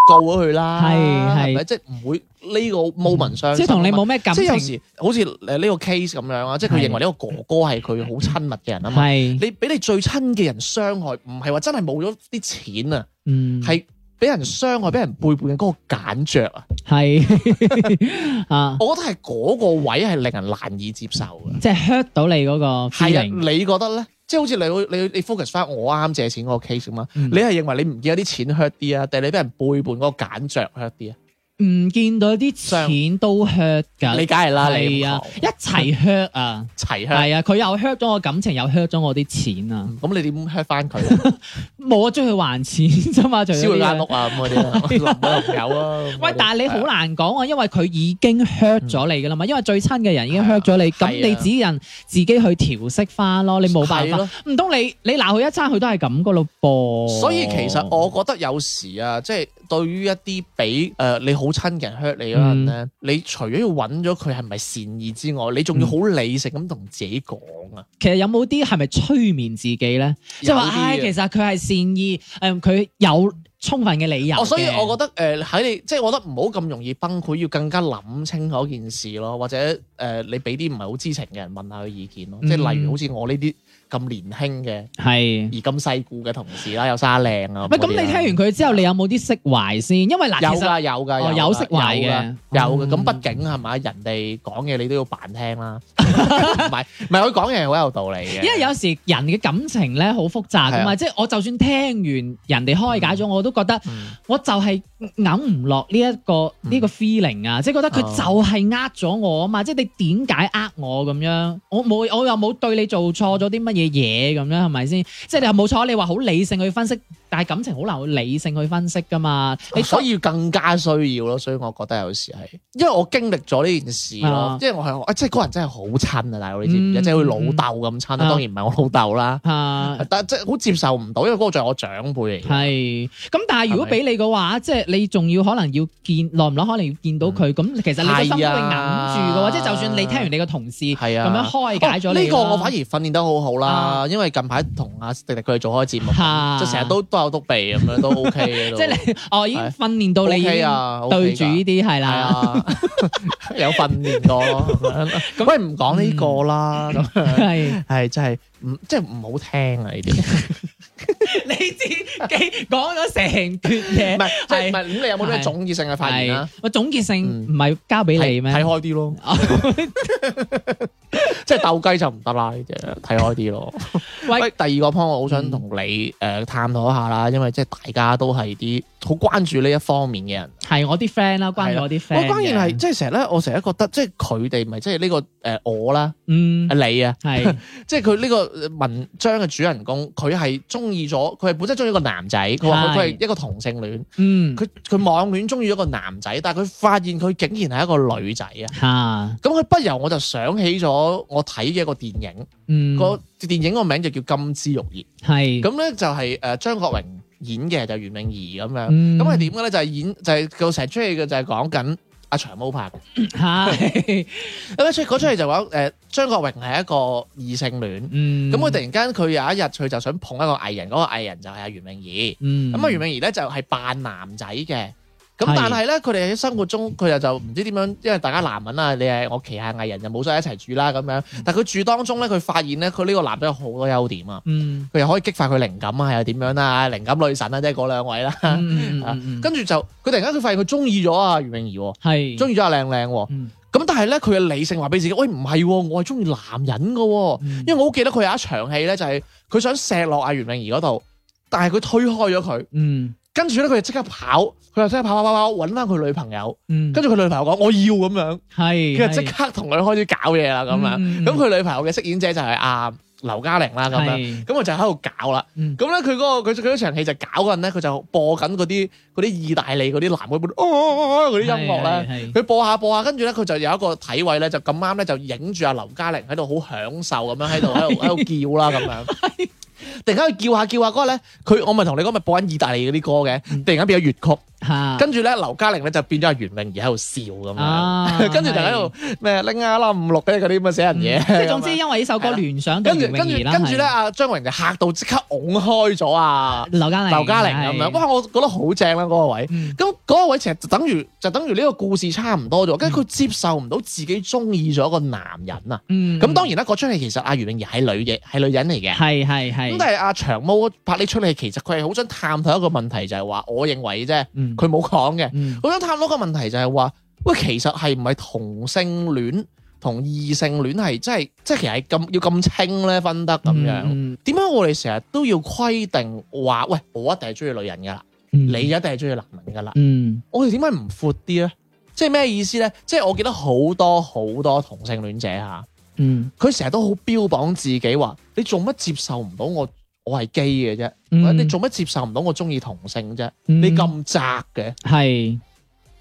告咗佢啦，
係係
咪？即係唔會呢個 moment 上，
即係同你冇咩感
即
情
係有。時好似誒呃呢個 case 咁樣啊，即係佢
係
認為呢個哥哥係佢好親密嘅人啊嘛。
係
你俾你最親嘅人傷害，唔係話真係冇咗啲錢啊，
嗯
係俾人傷害、俾人背叛嘅嗰個揀着啊！
係 啊，
我覺得係嗰個位係令人難以接受嘅。
即係 hurt 到你嗰個
係啊，
feeling。
你覺得咧？即係好似你會你你 focus 翻我啱借錢嗰個 case 咁嘛？
嗯
你係認為你唔見有啲錢 hurt 啲啊，定係你俾人背叛嗰個揀着 hurt 啲啊？
唔見到啲錢都 hurt 㗎，
你梗係啦，你
啊
咁
係啊
講，
一齊 hurt 啊，
齊 hurt，嗯
係啊，佢又 hurt 咗我感情，又 hurt 咗我啲錢啊，
咁你點 hurt 翻佢啊？
冇啊，追佢還錢啫嘛，除咗
燒佢
呢樣
間屋啊咁嗰啲 啊，林冇有啊？
喂，但係你好難講啊，因為佢已經 hurt 咗你噶啦嘛，因為最親嘅人已經 hurt 咗你，
嗯係啊
咁你只能自己去調適翻咯，你冇辦
係啊
法
咯。
唔通你你鬧佢一餐，佢都係咁噶咯噃。
所以其實我覺得有時啊，即係對於一啲俾誒你好親嘅人 hurt 你嗰陣
嗯
咧，你除咗要揾咗佢係咪善意之外，你仲要好理性咁同自己講啊，
其實有冇啲係咪催眠自己咧？即係話，
有啲啊
唉，
嘅
其實佢係善意，誒，佢有充分嘅理由嘅。
哦，所以我覺得誒喺、你，即係我覺得唔好咁容易崩潰，要更加諗清楚件事咯，或者誒、呃你俾啲唔係好知情嘅人問下佢意見咯，即係
嗯
例如好似我呢啲咁年輕嘅
係。
而咁細故嘅同事啦，有沙靚啊，
喂，咁你聽完佢之後，你有冇啲釋懷先？因為嗱，
有
其實
噶有㗎，
哦
㗎
有釋懷嘅
有㗎。咁
嗯
畢竟係咪人哋講嘢你都要扮聽 啦，唔係唔係佢講嘢係好有道理嘅，
因為有時人嘅感情咧好複雜
係
噶
啊
嘛，即係我就算聽完人哋開解咗，我都覺得
嗯
我就係揞唔落呢一個
嗯
呢個 feeling 啊，即係覺得佢
哦
就係呃咗我啊嘛，即係你點解呃我咁樣？我冇我又冇對你做錯咗啲乜嘢嘢咁樣係咪先？即係你又冇錯，你話好理性去分析，但係感情好難去理性去分析噶嘛。你
哦所以更加需要咯，所以我覺得有時係，因為我經歷咗呢件事咯
啊，
即係我係啊，即係嗰人真係好親啊，大佬你知唔知？
嗯
即係佢老豆咁親啦，
啊
當然唔係我老豆啦，
啊。
但即係好接受唔到，因為嗰個仲係我長輩嚟嘅。
係，咁但係如果
係咪
俾你嘅話，即係你仲要可能要見，耐唔耐可能要見到佢，咁其實你個心都
嗯係
會揞住嘅
啊
喎，即係就算你聽完你個同事咁
係啊
樣開解咗
哦
你啦，
呢個我反而訓練得好好啦，
啊
因為近排同阿迪迪佢哋做開節目，
嚇
就成日都都有督鼻咁樣， 都 OK 嘅都。
即係你，我已經訓練到你已
OK
經
啊，OK
對住呢啲係
係
啦，
啊， 有訓練過咯。咁喂，唔講呢個啦，咁樣
係
係真係唔即係唔好聽啊呢啲。
你自己講咗成段嘢，
唔係，即係
係
唔係咁？你有冇啲咩
係
總結性嘅發言
係
啊？
我總結性
嗯
唔係交俾你咩？
睇睇開啲咯，
哦
即係鬥雞就唔得啦，呢只睇開啲咯。
喂
喂，第二個 point 我好想同你誒探討一下啦，因為即係大家都係啲好關注呢一方面嘅人。
係我啲 friend 啦，關於我啲
我
friend。
關鍵係，即係成日咧，我成日覺得即係佢哋咪即係呢個誒我啦，
嗯，
你啊，
係
即係佢呢個文章嘅主人公，佢係中意咗，佢係本身中意一個男仔，佢話佢佢係
係
一個同性戀，
嗯
佢佢網戀中意一個男仔，但係佢發現佢竟然係一個女仔啊！
嚇
咁佢不由我就想起咗我睇嘅一個電影，
嗯
個電影個名就叫《金枝玉葉
係》。
咁咧就係誒張國榮演嘅就係袁詠儀咁樣。
嗯
咁係點嘅咧？就係演就係佢成日出戲嘅就係講緊阿長毛拍嘅。
係
咁一出嗰出戲就講誒張國榮係一個異性戀。
嗯
咁佢突然間佢有一日佢就想捧一個藝人，嗰、個藝人就係阿袁詠儀。
嗯
咁啊、袁詠儀咧就係扮男仔嘅。咁
係
但係咧，佢哋喺生活中佢又就唔知點樣，因為大家男人啊，你係我旗下藝人就冇晒一齊住啦咁樣。
嗯
但係佢住當中咧，佢發現咧，佢呢個男仔有好多優點啊，
嗯
佢又可以激發佢靈感啊，又點樣啊，靈感女神啊，即係嗰兩位啦。
嗯
啊
嗯
跟住就佢突然間佢發現佢中意咗啊袁詠儀喎，
係
中意咗阿靚靚喎。
嗯
咁但係咧，佢嘅理性話俾自己，喂唔係喎，我係中意男人嘅喎。
嗯
因為我好記得佢有一場戲咧，就係佢想錫落阿袁詠儀嗰度，但係佢推開咗佢，
嗯
跟住咧佢就即刻跑，佢就即刻跑跑跑跑揾翻佢女朋友，
嗯
跟住佢女朋友講我要咁樣，
係
佢就即刻同佢開始搞嘢啦咁樣。
嗯
咁佢女朋友嘅飾演者就係阿劉嘉玲啦咁樣，
係
咁我就喺度搞啦。
嗯
咁咧佢嗰個佢佢嗰場戲就搞緊咧，佢就播緊嗰啲嗰啲意大利嗰啲男嗰本哦嗰啲音樂咧。
係係
佢播下播下，跟住咧佢就有一個體位咧，就咁啱咧就影住阿劉嘉玲喺度好享受咁樣喺 度喺度喺度叫啦咁樣。突然間佢叫下叫下嗰個咧，佢我咪同你講咪播緊意大利嗰啲歌嘅，
嗯
突然間變咗粵曲，
係嚇
跟住咧劉嘉玲咧就變咗阿袁詠儀喺度笑咁樣，
啊啊
跟住就喺度咩拎啊啦五六嘅嗰啲咁嘅死人嘢
嗯。即係總
咁
之，
樣
因為呢首歌聯想到
跟住
袁
跟
詠
住
儀啦，
跟住咧，
係
阿張國榮就嚇到即刻拱開咗啊
劉嘉玲
劉嘉玲咁樣，
係
哇！我覺得好正啦嗰個位。
嗯
咁嗰個位其實就等於就等於呢個故事差唔多咗，跟住佢接受唔到自己中意咗一個男人啊。
嗯
咁當然啦，嗰出戲其實阿袁詠儀係女嘅，係女人嚟嘅。
係係係
咁但係阿長毛拍呢出戲，其實佢係好想探討一個問題，就係話，我認為啫，
嗯
佢冇講嘅。
嗯
好想探討一個問題就係話，喂，其實係唔係同性戀同異性戀係真係即係其實係咁要咁清咧分得咁樣？
嗯
點解、我哋成日都要規定話，喂，我一定係中意女人㗎啦，
嗯
你一定係中意男人㗎啦？
嗯
我哋點解唔闊啲咧？即係咩意思咧？即係我記得好多好多同性戀者嚇，
嗯
佢成日都好標榜自己話：你做乜接受唔到我我係基嘅啫？
嗯
或者你做乜接受唔到我中意同性啫？
嗯
你咁窄嘅，
係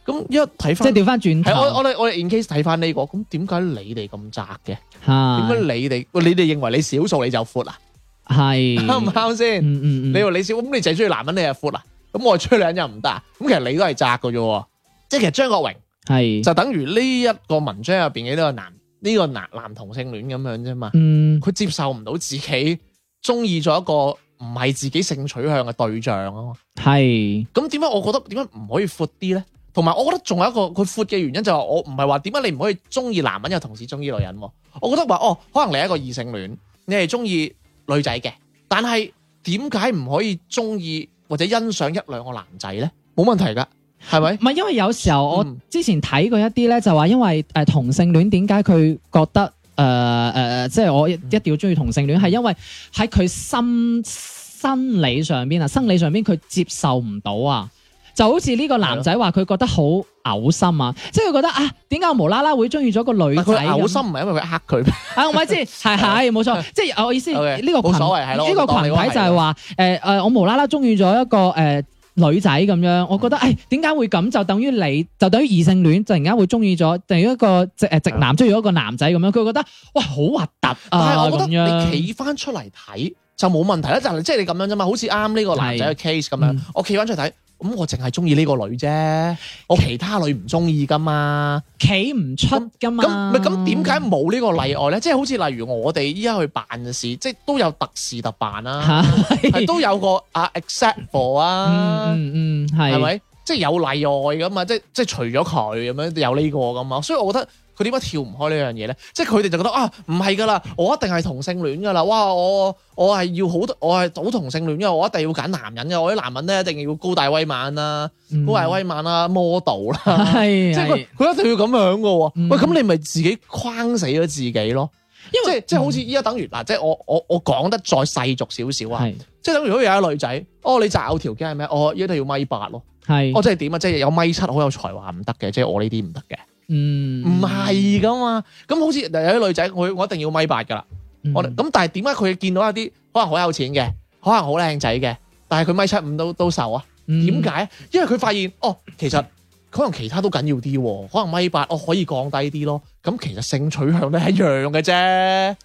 咁一睇
即係
翻
調翻轉
係我
頭
我哋我哋 in case 睇翻呢個，咁點解你哋咁窄嘅？點解
嚇
你哋喂你哋認為你少數你就闊啊？
係
啱唔啱先？
嗯嗯嗯
你話你少，咁你就係中意男人，你就闊啊？咁我係追女人又唔得啊？咁其實你都係窄嘅啫喎。即係其實張國榮。
係
就等於呢一個文章入邊嘅呢個男呢、個男男同性戀咁樣啫嘛，
嗯
佢接受唔到自己中意咗一個唔係自己性取向嘅對象啊嘛，
係
咁點解我覺得點解唔可以闊啲咧？同埋我覺得仲有一個佢闊嘅原因就係我唔係話點解你唔可以中意男人又同時中意女人喎，我覺得話哦，可能你係一個異性戀，你係中意女仔嘅，但係點解唔可以中意或者欣賞一兩個男仔咧？冇問題㗎，係咪？
唔係因為有時候我
嗯
之前睇過一啲咧，就話因為誒同性戀點解佢覺得誒誒，即係我
嗯
一一定要中意同性戀，係因為喺佢心生理上邊啊，生理上邊佢接受唔到啊。就好似呢個男仔話，佢覺得好嘔心啊！即係佢覺得啊，點解我無啦啦會中意咗個女仔
但佢
咁？
嘔心唔係因為佢呃佢咩
啊，我咪知， 係係冇錯，即係哦我意思呢
啊 OK，
個
冇
群
所謂係咯我
呢個
當
群
你嗰個
體就
係
係
咯
話誒誒，我無啦啦中意咗一個誒。女仔咁樣，我覺
嗯
得誒點解會咁？就等於你，就等於異性戀，突然間會中意咗，突然一個直誒直男中意咗一個男仔咁樣，佢覺得哇好核突
嗯但係
啊
我覺
咁
得你
樣，
企翻出嚟睇就冇問題啦，就係即係你咁樣啫嘛，好似啱呢個男仔嘅 case 咁樣
嗯，
我企翻出嚟睇，咁我淨係中意呢個女啫，我其他女唔中意噶嘛，
企唔出噶嘛？
咁咪咁點解冇呢個例外咧？即係好似例如我哋依家去辦事，即係都有特事特辦啦，
嚇？
係都有個啊 except for 啊，
嗯嗯嗯，係
係咪？即係有例外噶啊嘛，即係即係除咗佢咁樣有呢個噶嘛，所以我覺得佢點解跳唔開呢樣嘢咧？即係佢哋就覺得啊，唔係噶啦，我一定係同性戀噶啦，哇！我我係要好，我係好同性戀嘅，我一定要揀男人嘅，我啲男人咧一定要高大威猛啦，
嗯
高大威猛啦，model 啦，
係
即係
係
佢佢一定要咁樣噶喎。
嗯
喂，咁你咪自己框死咗自己咯？
因嗯
即
為
係即係好似依家等於嗱，即係我我我講得再世俗少少啊，
係
即係等於如果有一個女仔，哦你擇偶條件係咩？哦一定要米八咯，
係，
哦即係點啊？即係有米七好有才華唔得嘅，即係我呢啲唔得嘅，
嗯
唔係噶嘛。咁好似有啲女仔，我我一定要米八噶啦，
嗯
我哋咁但係點解佢見到一啲可能好有錢嘅，可能好靚仔嘅，但係佢米七五都都受啊？
嗯
點解？因為佢發現哦，其實可能其他都緊要啲喎，可能米八我可以降低啲咯。咁其實性取向都係一樣嘅啫。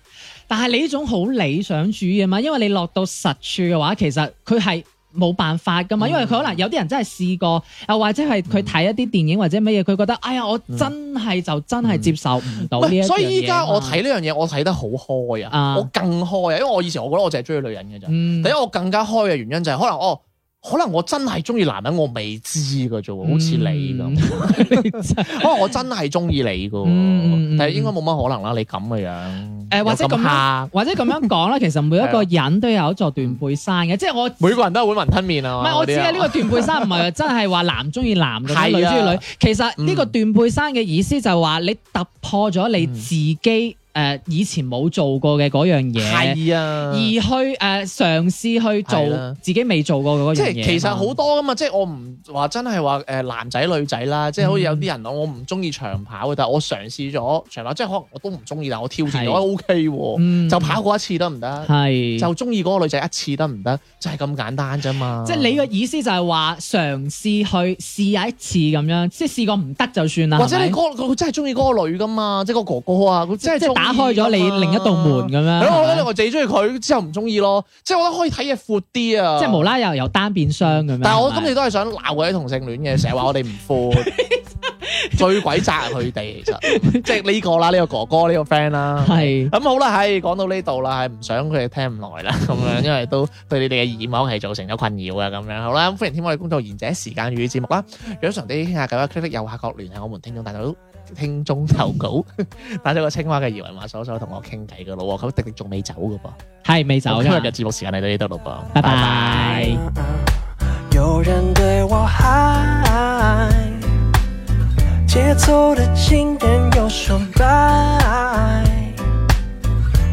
但係你呢種好理想主義啊嘛，因為你落到實處嘅話，其實佢係冇辦法噶嘛，
嗯
因為佢可能有啲人真係試過，又或者係佢睇一啲電影或者乜嘢，佢覺得哎呀，我真係就真係接受唔到呢一
嗯喂，
樣嘢
所以依家我
啊
睇呢樣嘢，我睇得好開啊
啊，
我更開啊，因為我以前我覺得我淨係中意女人嘅咋。
嗯
第一，我更加開嘅原因就係可能哦，可能我真係中意男人，我未知嘅啫喎，好似你
嗯
咁。
你真 係
可能我真係中意你嘅
嗯嗯
喎
嗯，
但係應該冇乜可能啦。你咁嘅樣，
誒或者
又
咁樣
黑，
或者咁樣講啦，其實每一個人都有一座斷背山嘅，即係我。
每個人都係碗雲吞麵啊。
唔係，我
嗰
知
啲啊
啊！呢個斷背山唔係 真係話男中意男定
係
女
啊
中意女，其實呢個斷背山嘅意思就係話你突破咗
嗯
你自己誒、呃以前冇做過嘅嗰樣嘢，
係啊，
而去誒、呃嘗試去
係啦
做自己未做過嘅嗰
即
樣嘢啊
係
嘛。
其實好多噶嘛，即係我唔話真係話誒男仔女仔啦，
嗯
即係好似有啲人我唔中意長跑嘅，但係我嘗試咗長跑，即係可能我都唔中意，但係我挑戰咗
係
O K 喎，
嗯
就跑過一次得唔得？
係
就中意嗰個女仔一次得唔得？就係咁簡單啫嘛。
即係你嘅意思就係話嘗試去試下一次咁樣，即係試過唔得就算啦。
或者你
啊係咪
嗰個佢真係中意嗰個女噶嘛，即係個哥哥啊，佢真係
即係打開
開
咗你另一道門。咁樣
係咯，我覺
係
得
咪，
我自己中意佢之後唔中意咯，即係我覺得可以睇嘢闊啲啊。
即係無啦啦又由單變雙咁樣。
但係我
係咪
今次都係想鬧嗰啲同性戀 嘅，成日話我哋唔寬，最鬼責係佢哋，其實即係呢個啦，呢、個哥哥呢、個 friend 啦。
係
咁好啦，係講到呢度啦，係唔想佢哋聽唔 耐啦，咁樣，因為都對你哋嘅耳膜係造成咗困擾嘅，咁樣好啦，咁歡迎添加我哋工作賢者時間語節目啦，如果想啲傾下偈嘅 click 右下角聯繫我們聽眾大佬。聽眾投稿，打咗個青蛙嘅二維碼掃一掃，同我傾偈嘅咯喎，咁迪迪仲未走嘅噃，
係未走
咁今日嘅
㗎。
節目時間嚟到呢度咯噃，
拜拜。
有人对我嗨，节奏的轻点又爽快，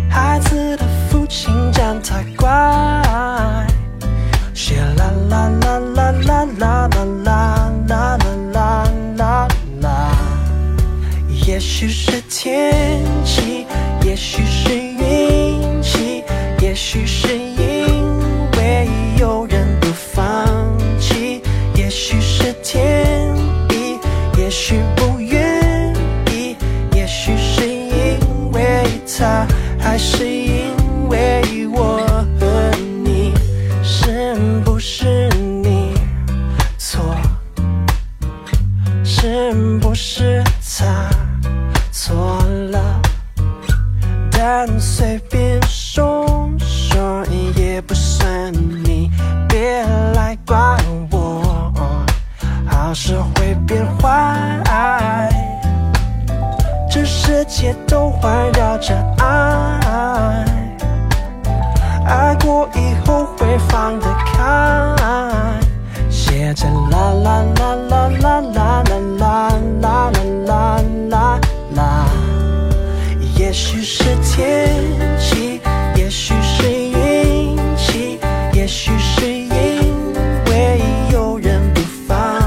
孩子的父亲长太乖，谢啦啦啦啦啦啦啦啦啦啦啦啦。也许是天气，也许是运气，也许是因为有人不放弃，也许是天意，也许不愿意，也许是因为他，还是因为我和你，是不是你错？是不是他错了？但随便说说也不算你，别来怪我，好事会变坏。这世界都环绕着爱，爱过以后会放得开。写着啦啦啦啦啦啦啦啦啦啦啦啦。也许是天气，也许是运气，也许是因为有人不放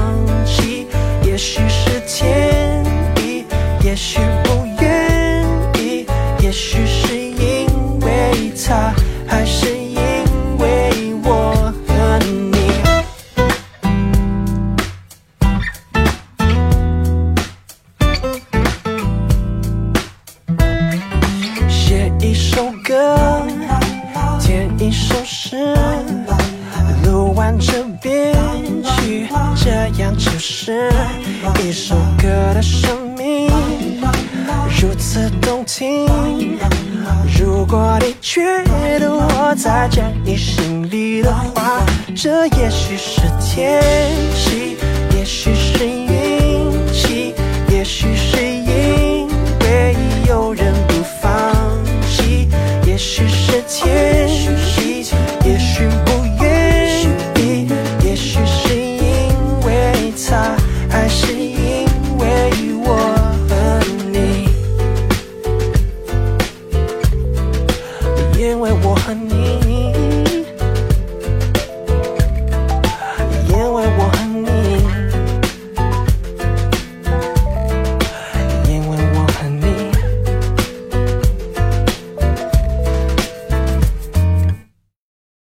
弃，也许是天意，也许不愿意，也许是因为他，还是因为我和你。写一首歌，填一首诗，录完这编曲，这样就是一首歌的生命，如此动听。如果你觉得我在讲你心里的话，这也许是天气，也许是。